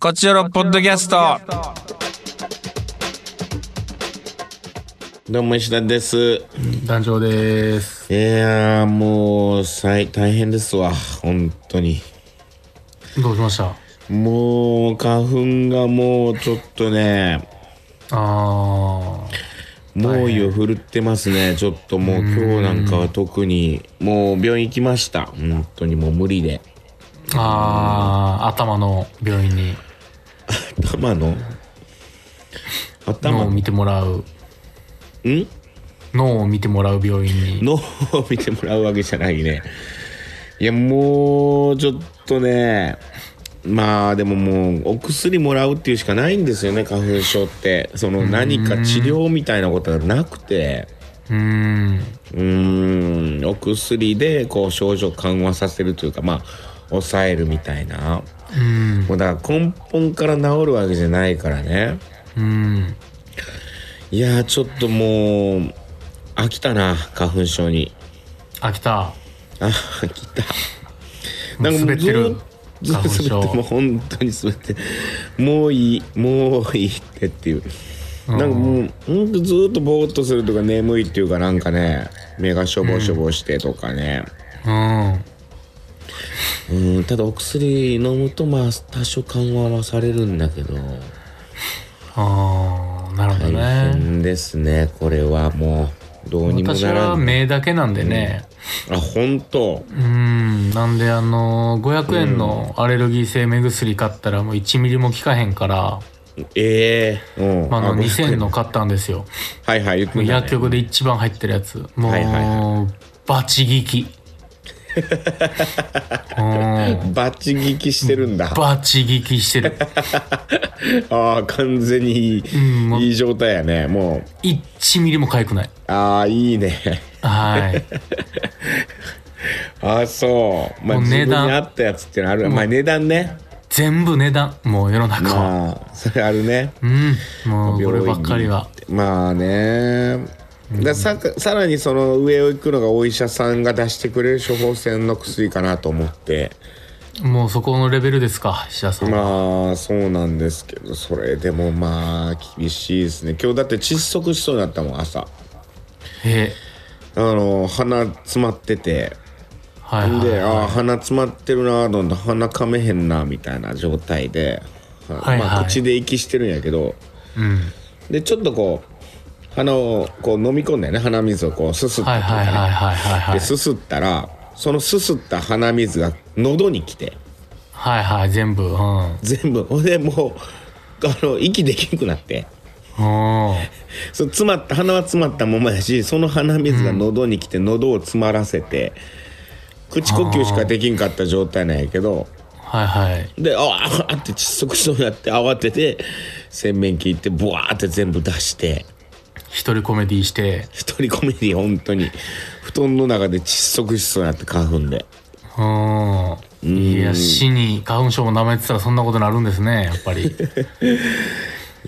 こちらのポッドキャスト。どうも石田です。団長です。いやーもうさい大変ですわ本当に。どうしましたもう花粉がもうちょっとねあ猛威を振るってますねちょっともう今日なんかは特にもう病院行きました本当にもう無理でーあー、頭の病院に頭の脳頭をん見てもらう、脳を見てもらう病院 に。脳を見てもらうわけじゃないねいやもうちょっとねまあでももうお薬もらうっていうしかないんですよね花粉症ってその何か治療みたいなことがなくてうーん。うーんお薬でこう症状緩和させるというかまあ抑えるみたいなうん。もうだから根本から治るわけじゃないからねうん。いやーちょっともう飽きたな花粉症に飽きた。あ飽きたもう滑ってるもうずっとずっと滑ってもう花粉症本当に滑ってもういいもういいってっていう、んなんかもうほんとずっとぼーっとするとか眠いっていうかなんかね目がしょぼしょぼしてとかね、うん。うん、ただお薬飲むとまあ多少緩和はされるんだけどああ、なるほ大どね。変ですねこれはもうどうにも私ならはん目だけなんでね。あ本当うん。なんで、あのー、500円のアレルギー性目薬買ったらもう1ミリも効かへんから、ええうんまあ、あのごめん2000の買ったんですよ。はいはい言ってたもうね薬局で一番入ってるやつもう、はいはいはバチ聞きうんバチ聞きしてるんだバチ聞きしてる ああ完全にいい,、んもういい状態やねも1ミリも痒くないうああいいね はいああそうまあもう自値分に段合ったやつっていうのあるまあ値段ね全部値段もう世の中は、まあそれあるねうんもうこればっかりはまあねだささらにその上を行くのがお医者さんが出してくれる処方箋の薬かなと思ってもうそこのレベルですか石田さん、まあそうなんですけどそれでもまあ厳しいですね今日だって窒息しそうになったもん朝えあの鼻詰まっててえはいはいで、ああ、鼻詰まってるなと思って、鼻かめへんなみたいな状態で、いはいまあ、口で息してるんやけど、うんで、ちょっとこう、鼻をこう飲み込んだよね、鼻水をこうすすったはいはいはいはいはいはいで、すすったら、そのすすった鼻水が喉に来て、はいはい全部うんうん全部、ほんで、もう、あの息できなくなって。そう詰まった鼻は詰まったままやしその鼻水が喉に来て喉を詰まらせて、口呼吸しかできんかった状態なんやけどはいはいで、あああって窒息しそうになって慌てて、洗面器行って、ブワーって全部出して、一人コメディして一人コメディ、本当に。布団の中で窒息しそうになって、花粉で。うん。いや、死に花粉症も舐めてたらそんなことになるんですね、やっぱ り。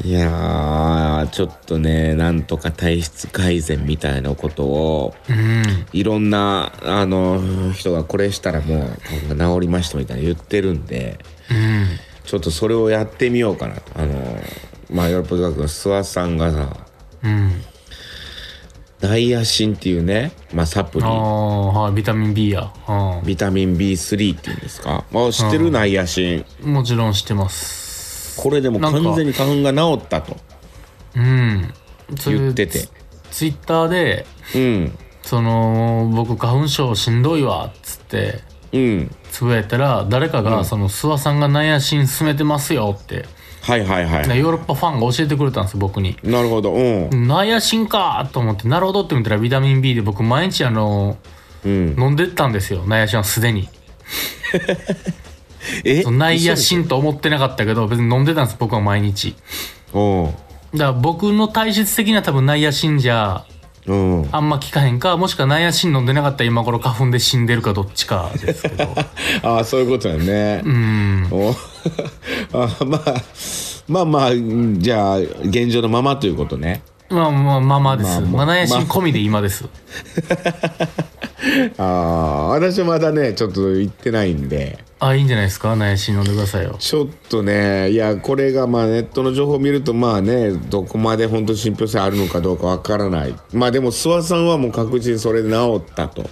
いやー、ちょっとね、なんとか体質改善みたいなことを、うん。いろんな、あの、人がこれしたらもう、花粉が治りましたみたいな言ってるんで、うん。ちょっとそれをやってみようかなと。あの、まあ、ヨーロッパ学の諏訪さんがさ、うん。ダイヤシンっていうね、まあ、サプリあ。あ、はい、ビタミン B や。うビタミン B3 っていうんですかあ知ってるナイアシンん。もちろん知ってます。これでも完全に花粉が治ったとうん。それ言っててツツイッターで、うんその、僕花粉症しんどいわ、っつって、うんつぶやいたら、誰かが、その、諏訪さんがナイアシン進めてますよって、はいはいはい、でヨーロッパファンが教えてくれたんですよ、僕に。なるほどうんナイアシンかと思って、なるほどって見たらビタミン B で僕毎日あの、うん飲んでったんですよナイアシンはすでにえそうナイアシンと思ってなかったけど別に飲んでたんです僕は毎日おだから僕の体質的には多分ナイアシンじゃうん うんあんま効かへんかもしくはナイアシン飲んでなかったら今頃花粉で死んでるかどっちかですけど ああそういうことだねうんお あまあまあまあじゃあ現状のままということねまあまあまあまあです、まあまあもう ナイアシン込みで今です、ああ私まだねちょっと行ってないんであ、いいんじゃないですか苗し飲んでくださいよ。ちょっとねいやこれがまあネットの情報を見るとまあねどこまで本当信憑性あるのかどうかわからないまあでも諏訪さんはもう確実にそれで治ったと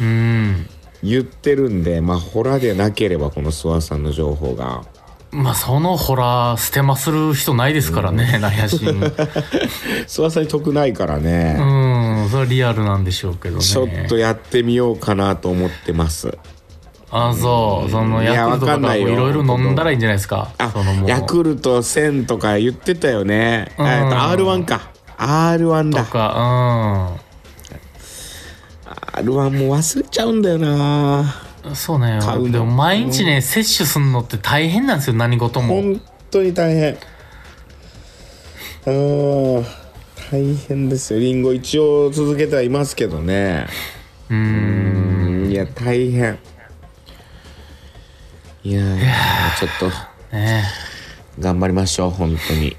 うん。言ってるんでまあホラでなければこの諏訪さんの情報がまあ、そのホラー、捨てまする人ないですからね、苗し。うん、諏訪さんに得ないからね、それはリアルなんでしょうけどね。ちょっとやってみようかなと思ってますあ、そう。その、いやヤクルトとわかかんもないいよろいろ飲んだらいいんじゃないですか。あそのもうヤクルト1000とか言ってたよねえんーと R1 か R1 とだか、 R1 もう忘れちゃうんだよなうん。そうね買う。のでも毎日ね、摂取するのって大変なんですよ、何事も。本当に大変うん大変ですよリンゴ一応続けてはいますけどねうん。うんいや大変いやーちょっとね頑張りましょう本当に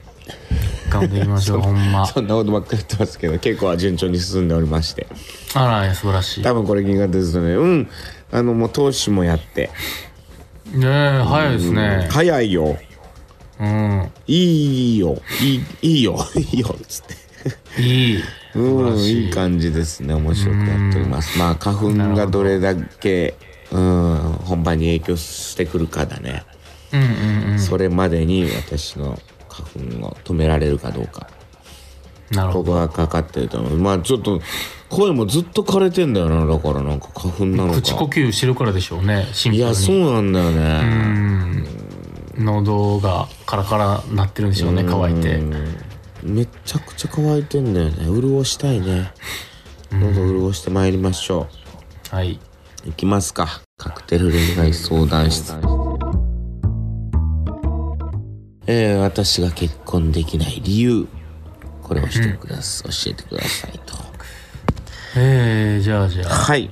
頑張っていき ましょう、ほんま。そんなことばっかり言ってますけど結構は順調に進んでおりましてあら、素晴らしい。ね多分これ銀河鉄道ねうんあのもう投資もやってえ、早いですね。早いようん。いいよいいいいよいいよっつっていい。うん素晴らしいいい感じですね面白くやっておりますまあ花粉がどれだけうん本番に影響してくるかだね、うんうんうん。それまでに私の花粉を止められるかどうかなるほこど。こがかかってると思うまあちょっと声もずっと枯れてんだよなだからなんか花粉なの口呼か吸してるからでしょうね、シンプいルに。やそうなんだようねん。喉がカラカラなってるんでしょうね、乾いて。めっちゃくちゃ乾いてんだよね潤したいね喉潤してまいりましょはい。ういきますかカクテル恋愛相談室えー、私が結婚できない理由これをしてください、教えてくださいとえー、じゃあじゃあ、はい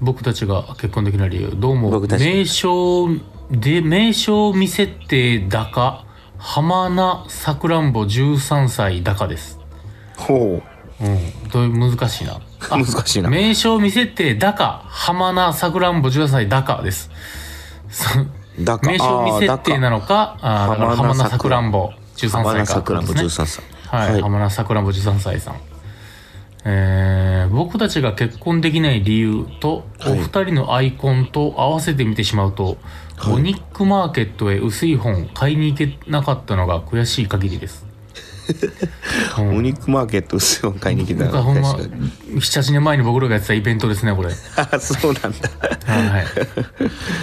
僕たちが結婚できない理由、どうも、僕たち名称で、名称未設定高、浜名さくらんぼ13歳高です。ほうん。どういう、難しいな。う難しいな名称未設定ダカ浜名さくらんぼ13歳ダカですそだ名称未設定なののかあーだから浜浜名名さくらんぼ13浜歳名か桜もです13ね歳はい、はい浜名さくらんぼ13歳さんえー僕たちが結婚できない理由とお二人のアイコンと合わせてみてしまうと、はいお肉マーケットへ薄い本買いに行けなかったのが悔しい限りです、うんお肉マーケット薄いを買いに来たなんらかほんま確かに78年前に僕らがやってたイベントですねこれあそうなんだは いはい。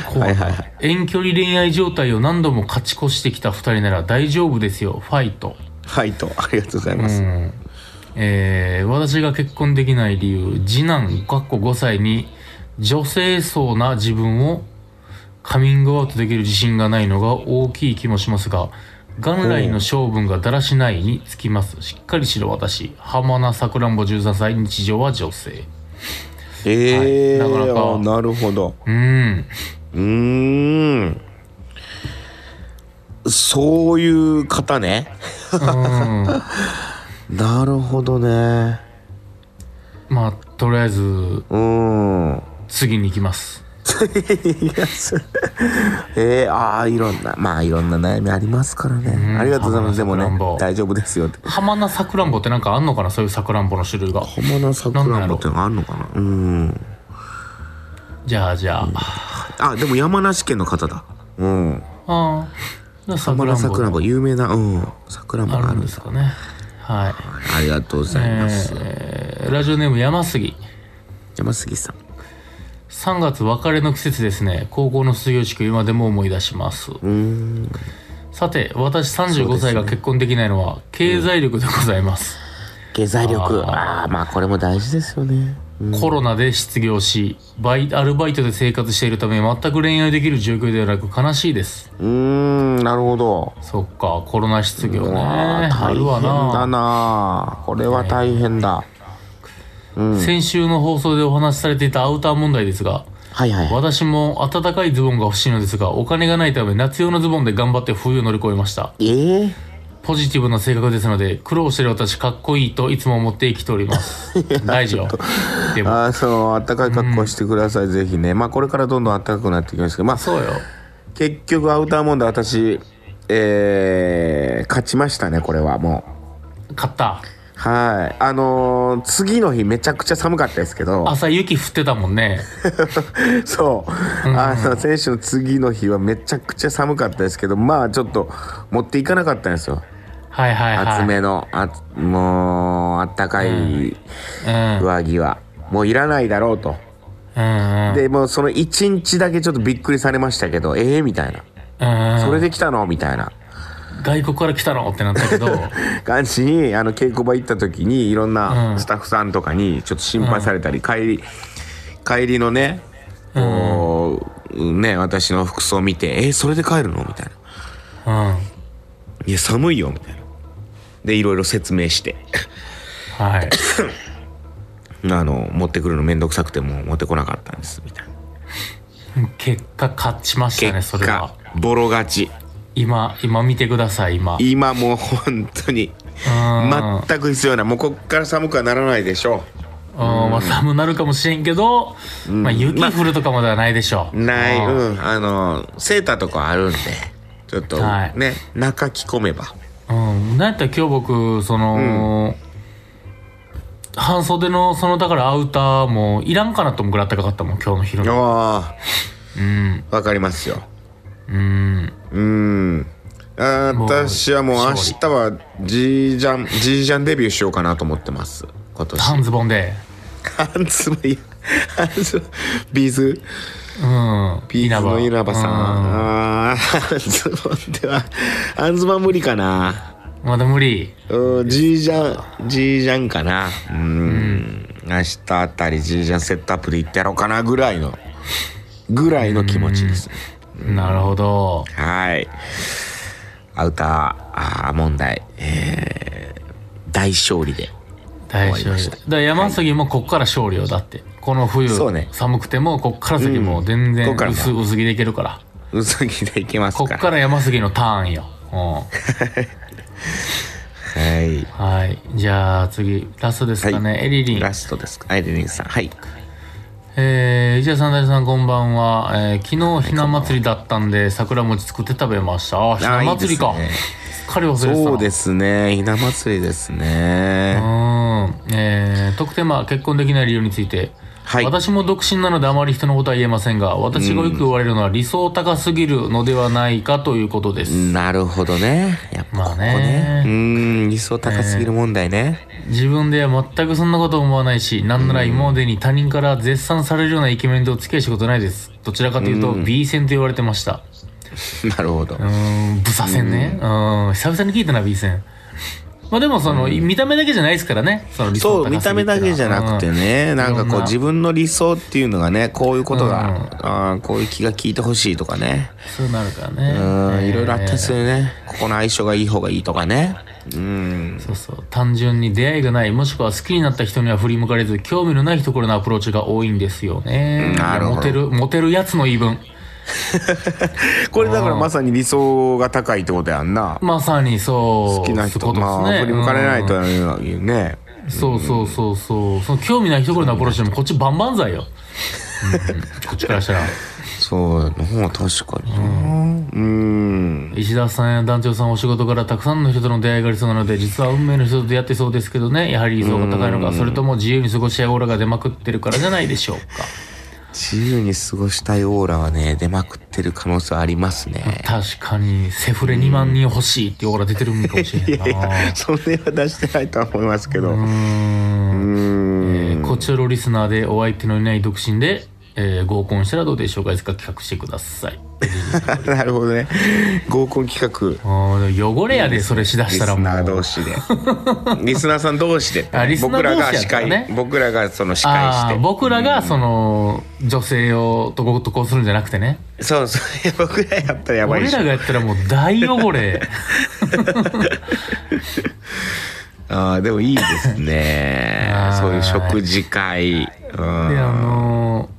こうはいはいは遠距離恋愛状態を何度も勝ち越してきた二人なら大丈夫ですよ、ファイト。はいとありがとうございうます、ん。えー私が結婚できない理由、次男、かっこ5歳に女性層な自分をカミングアウトできる自信がないのが大きい気もしますが、元来の性分がだらしないにつきます。しっかりしろ私。浜名さくらんぼ13歳、日常は女性。ええはいなかなかあなるほどうん。うーんそういう方ねうん。 なるほどねまあ、とりあえず、うん 次に行きます。いやそえー、ああいろんなまあいろんな悩みありますからねんありがとうございますでもね浜田さくらんぼ大丈夫ですよって浜名さくらんぼってなんかあんのかなそういうさくらんぼの種類が。浜名さくらんぼってのがあるのかなうんじゃあじゃあ。あでも山梨県の方だうんああ。さ浜くら名さんくらんぼぼ有名なうんさくらんぼあがあるるんんでですすかね。はい。ありがとうございます、えー、ラジオネーム山杉。山杉さん3月別れの季節ですね。高校の卒業式を今でも思い出します。うんさて、私35歳が結婚できないのは経済力でございます。経済力ああーまあこれも大事ですよねコロナで失業し、バイアルバイトで生活しているため全く恋愛できる状況ではなく悲しいです。うーんなるほどそっか、コロナ失業ね。あーあ大る変わだな。なこれは大変だ先週の放送でお話しされていたアウター問題ですが、はいはい私も暖かいズボンが欲しいのですが、お金がないため夏用のズボンで頑張って冬を乗り越えました。ええポジティブな性格ですので、苦労してる私かっこいいといつも思って生きております。 大事よ。でも、ああそう暖かい格好してください、ぜひねまあこれからどんどん暖かくなってきますけどまあそうよ。結局アウターモンド私えー、勝ちましたねこれはも買った。うはいあのー次の日めちゃくちゃ寒かったですけど朝雪降ってたもんね。 そう、あの選手の次の日はめちゃくちゃ寒かったですけどまあちょっと持っていかなかったんですよはいはいはい。厚めのあつもうあったかいうん。上着はもういらないだろうとうんうん。でもうその1日だけちょっとびっくりされましたけどええみたいなうんうん。それで来たのみたいな外国から来たのってなった けど、感じにあの稽古場行った時にいろんうなんスタッフさんとかにちょっと心配されたり、帰り帰りのねこう、ね私の服装見て「えそれで帰るの?」みたいなうん。はい「いや寒いよ」みたいなでいろいろ説明して い。あの持ってくるの面倒くさくてもう持ってこなかったんですみたいな結果勝ちましたね、そ結れ果は。ボロ勝ち今、今見てください、今。うん。今もう本当に全く必要ないもうこっから寒くはならないでしょうん、まあ寒なるかもしれんけど、まあ雪降るとかまではないでしょうう。ないうんうんあのセーターとかあるんでちょっとね、はい中着込めばうん。なんやったら今日僕、その、半袖の、その、だからアウターもいらんかなと思うぐらい暖かかったもん、今日の昼の。あうん。あわかりますようん。うんあーもう私はもう明勝利日は G ジャン G ジャンデビューしようかなと思ってます今年半ズボンで。半ズボンいや半ズボンビーズうん。ビーズの稲葉さんうんああ半ズボンでは半ズボン無理かなまだ無理。うん、G ジャン、G ジャンかな。うん。明日あたり G ジャンセットアップで行ってやろうかなぐらいの、ぐらいの気持ちです。なるほど。はい。アウターあー問題、えー、大勝利で。大終わり丈夫。ましただから山杉もこっから勝利をだって。この冬、そうね寒くても、こっから先もう全うんこ然っからも薄,、薄着でいけるから。嘘気でいけますこかっら。から山杉のターンよ。うはい。ん、はい。じゃあ次、ラストですかね。はいエリリンラ。ストですか。アイデリンさん。はい。えー、石田さん、大地さん、こんばんは。えー昨日、ひな祭りだったんで、桜餅作って食べました。あ、ひな祭りか。いいですすっかり忘れてたな。そうですね。ひな祭りですね。うん、えー、特典は結婚できない理由について、はい私も独身なのであまり人のことは言えませんが私がよく言われるのは理想高すぎるのではないかということです、なるほどね。やっぱここね。まあねうん、理想高すぎる問題ね。自分では全くそんなこと思わないしなんなら今までに他人から絶賛されるようなイケメンとお付き合いしたことないですどちらかというと B 線と言われてましたなるほど。うーんブサ線ねうん久々に聞いたな B 線まあでもその見た目だけじゃないですからねその理想そう高すぎ見ってたいう目のはだけじゃなくてね、なんかこいろうんな自分の理想っていうのがねこういうことが、うんあーこういう気が利いてほしいとかねそうなるからねうんえーいろいろあったりするねここの相性がいい方がいいとかねうんそうそう単純に出会いがないもしくは好きになった人には振り向かれず興味のないところのアプローチが多いんですよねなるほどモテるモテるやつの言い分これだからまさに理想が高いってことやんなまさにそ好うきな人そういうことですまあ振り向かれないとうんいうねそうそうそうそうその興味ないところのアプローチでもこっちバンバン剤よ、うんこっちからしたらそうやな確かになうん石田さんや団長さんお仕事からたくさんの人との出会いがありそうなので実は運命の人と出会ってそうですけどねやはり理想が高いのかそれとも自由に過ごし合いオーラが出まくってるからじゃないでしょうか自由に過ごしたいオーラはね出まくってる可能性ありますね確かにセフレ2万人欲しいっていうオーラ出てるんかもしいれやんないいなや それは出してないとは思いますけどううーん、ん えーこちらのリスナーでお相手のいない独身で、えー合コンしたらどうでしょうかいつか企画してくださいなるほどね合コン企画あーでも汚れやでそれしだリしたらスもナー同う士でリスナーさん同士であリスナー僕らが同司士やった会、らね僕らがその司会しあてー僕らがその女性をとことこうするんじゃなくてねそうそう いや僕らやったらやばいで俺しらょがやったらもう大 汚れあーでもいいですね あーそういう食事会うんであのー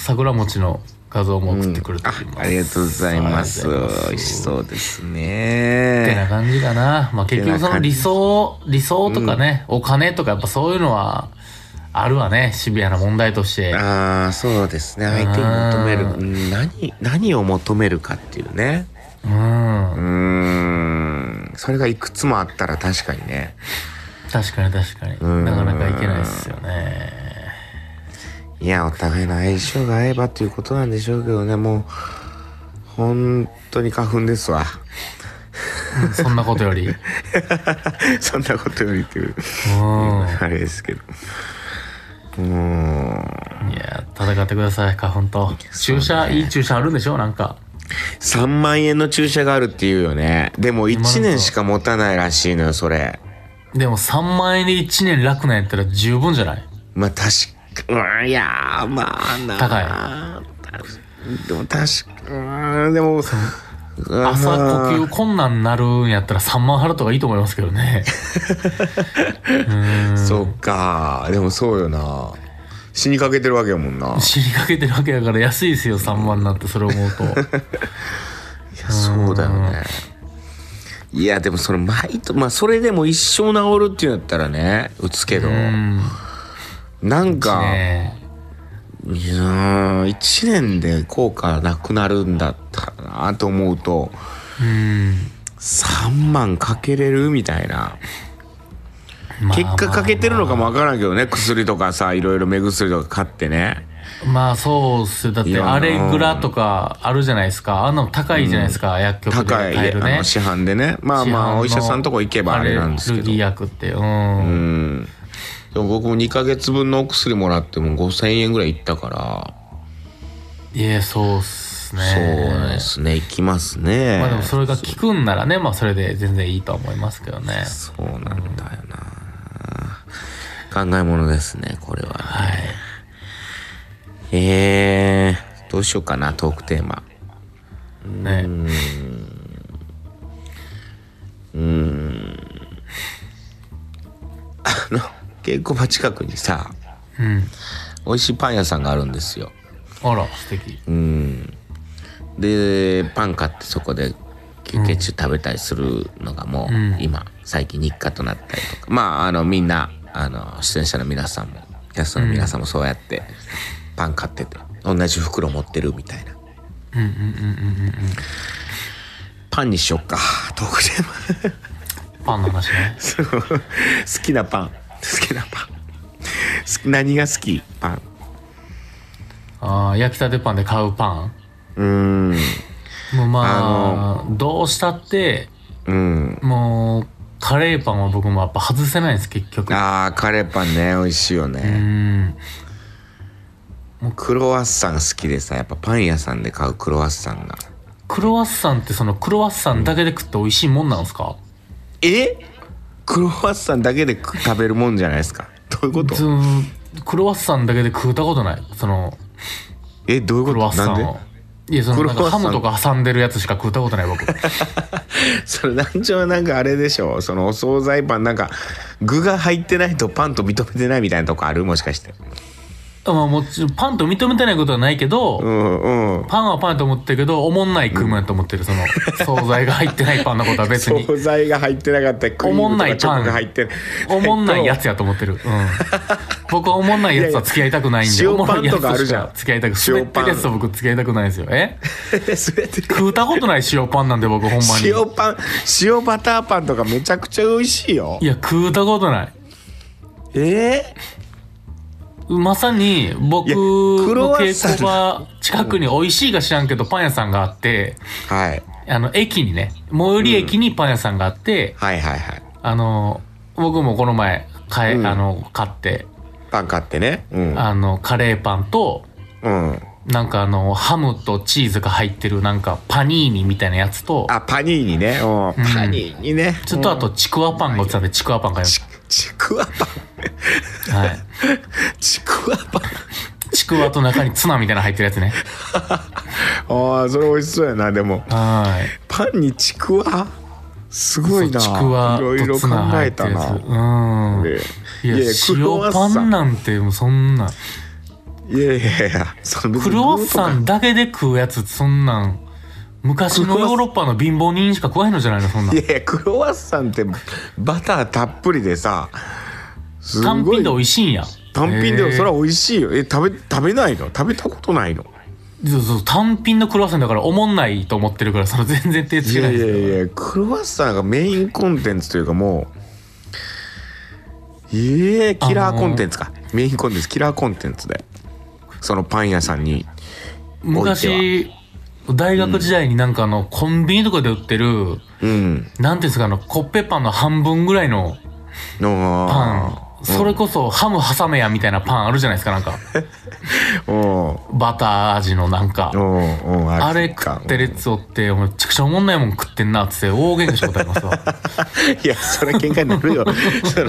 桜餅の画像も送ってくれてあいます、ありがとうございますありがとうございます美味しそうですってなね感じかな。まあ結局そてなの感じ理想、理想とかね、お金とかやっぱそういうのはあるわね。シビアな問題として。ああそうですね相手に求めるうん何何を求めるかっていうねうんう。ーんそれがいくつもあったら確かにね確かに確かに。んなかなかいけないですよ ね。いやお互いの相性が合えばということなんでしょうけどねもう本当に花粉ですわ そんなことより。うん。そんなことよりというあれですけどうーんいや、戦ってください、花粉と。注射、いい注射あるんでしょなんか。 3万円の注射があるっていうよねでも1年しか持たないらしいのよそれでも3万円で1年楽なんやったら十分じゃないまあ確かうんいやーまあな高いいでも確かうんでもうん朝呼吸困難になるんやったら3万払うとかいいと思いますけど ね。そっかでもそうよな死にかけてるわけやもんな死にかけてるわけやから安いですよ、3万になってそれ 思うと。いやそうだよねいやでもその毎度まあそれでも一生治るっていうんだったらね打つけどうん。なんか、ねいやー1年で効果なくなるんだったなと思うとえうん。 3万かけれるみたいなまあ結果かけてるのかもわからんけどね薬とかさいろいろ目薬とか買ってねまあそうっすよ。だっいて、やなあれぐらとかあるじゃないですか。あんなの高いじゃないですか、薬局で高い、買えるあねの。市販でねまあまあお医者さんとこ行けばあれなんですけアレどルギー薬って、うん。うんでも僕も2ヶ月分のお薬もらっても5,000円ぐらいいったから、いや、そうっすね。そうですね行きますねまあでもそれが効くんならね、まあそれで全然いいとは思いますけどね。そうなんだよな。考え物ですね、これは、ね。はい。えー、どうしようかな、トークテーマ。ね。あの、稽古場近くにさ、うん。美味しいパン屋さんがあるんですよ。あら、素敵。うん。で、パン買ってそこで休憩中食べたりするのがもう、ん今、最近日課となったりとか。まあ、あの、みんな、あの、出演者の皆さんも、キャストの皆さんもそうやって、パン買ってて、同じ袋持ってるみたいな。うんうんうんうんうん。パンにしよっか。トークテーマ。パンの話ね。そう好きなパン好きなパン好き何が好きパンああ、焼きたてパンで買うパうーんン。もうまあ、どうしたって、うんもう、カレーパンは僕もやっぱ外せないんです、結局。あーカレーパンね美味しいようね、ん。クロワッサン好きでさやっぱパン屋さんで買うクロワッサンがクロワッサンってそのクロワッサンだけで食って美味しいもんなんですかえクロワッサンだけで食食べるもんじゃないですかどういうことずークロワッサンだけで食ったことない。その、えどういうこクロワとッサなんンで を。いや、その、クロなワッんサンかハムとか挟んでるやつしか食ったことない、僕。 それ団長はなんかあれでしょそのお惣菜パンなんか具が入ってないとパンと認めてないみたいなとこあるもしかしてまあ、もちろん、パンと認めてないことはないけど、うんうんパンはパンやと思ってるけど、おもんない食うもんやと思ってる、その、惣菜が入ってないパンのことは 別に。惣菜が入ってなかったりクリームとかチョコが入ってないおもんないやつやと思ってる。うん。僕はおもんないやつは付き合いたくないんで。塩おもろいやつパンとかあるじゃんしか付き合いたく、塩滑ってるやつと僕付き合いたくないんですよ。え滑ってる食うたことない塩パンなんで僕ほんまに。い塩パン塩バターパンとかめちゃくちゃ美味しいよや、食うたことない。えまさに僕いやクロのワッ稽サン古場近くに美味しいが知らんけどパン屋さんがあって、ーはい、あの、駅にね、最寄り駅にパン屋さんがあって、はいはいはいあの、僕もこの前、買え、うんあの、買って、パン買ってねうんあの、カレーパンと、うんなんかあの、ハムとチーズが入ってる、なんかパニーニみたいなやつと、あパニーニねうんパニーニねちょっとあとちくわパンが売ってたんで、ちくわパン買いましちちくわパンた。はい。ちくわパンちくわと中にツナみたいなの入ってるやつね。ああそれ美味しそうやなでもはい。パンにちくわすごいなそうちくわいろいとろツ考ナ入えってたるやつ。なうん。でいや、クロワッ塩サパンンなんてもうそんな。いやいやいや、その別クにロワッサンだけで食うやつそんなん昔のヨーロッパの貧乏人しか食わへんのじゃないのそんなんいやいや、クロワッサンってバターたっぷりでさ、す単ご品いで美味しいんや単品へでーそれは美味しいよ。え、食べ、食べないの食べたことないのそうそう単品のクロワッサンだからおもんないと思ってるからその全然手ついけなやいいですやけどいや、クロワッサンがメインコンテンツというかもう、いえ、キラーコンテンツか。メインコンテンツ、キラーコンテンツで。そのパン屋さんに。昔大学時代になんかあのコンビニとかで売ってるうん。なんていうんですかあのコッペパンの半分ぐらいののパンそれこそハム挟めやみたいなパンあるじゃないですかなんかうん。バター味のなんかうんうんあれ食ってるやつおってお前めちゃくちゃおもんないもん食ってんなっつって大喧嘩したことありますわいやそれ喧嘩になるよその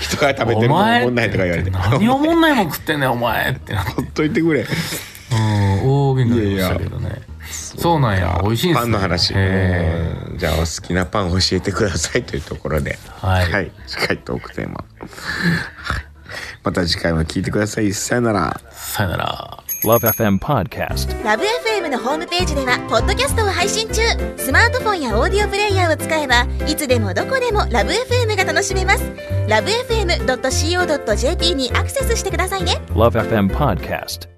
人が食べておるもん前おもんないとか言われて何おもんないもん食ってんねんお前ってなってほっといてくれうん大喧嘩でしたけどねそうなんや美味しいんでパすねンの話へうんじゃあお好きなパン教えてくださいというところでははい次回トークテーマはいまた次回も聞いてくださいさよならーさよなら Love FM Podcast. ラブ f m のホームページではポッドキャストを配信中スマートフォンやオーディオプレイヤーを使えばいつでもどこでもラブ f m が楽しめますラブ FM.co.jp にアクセスしてくださいね Love FM Podcast.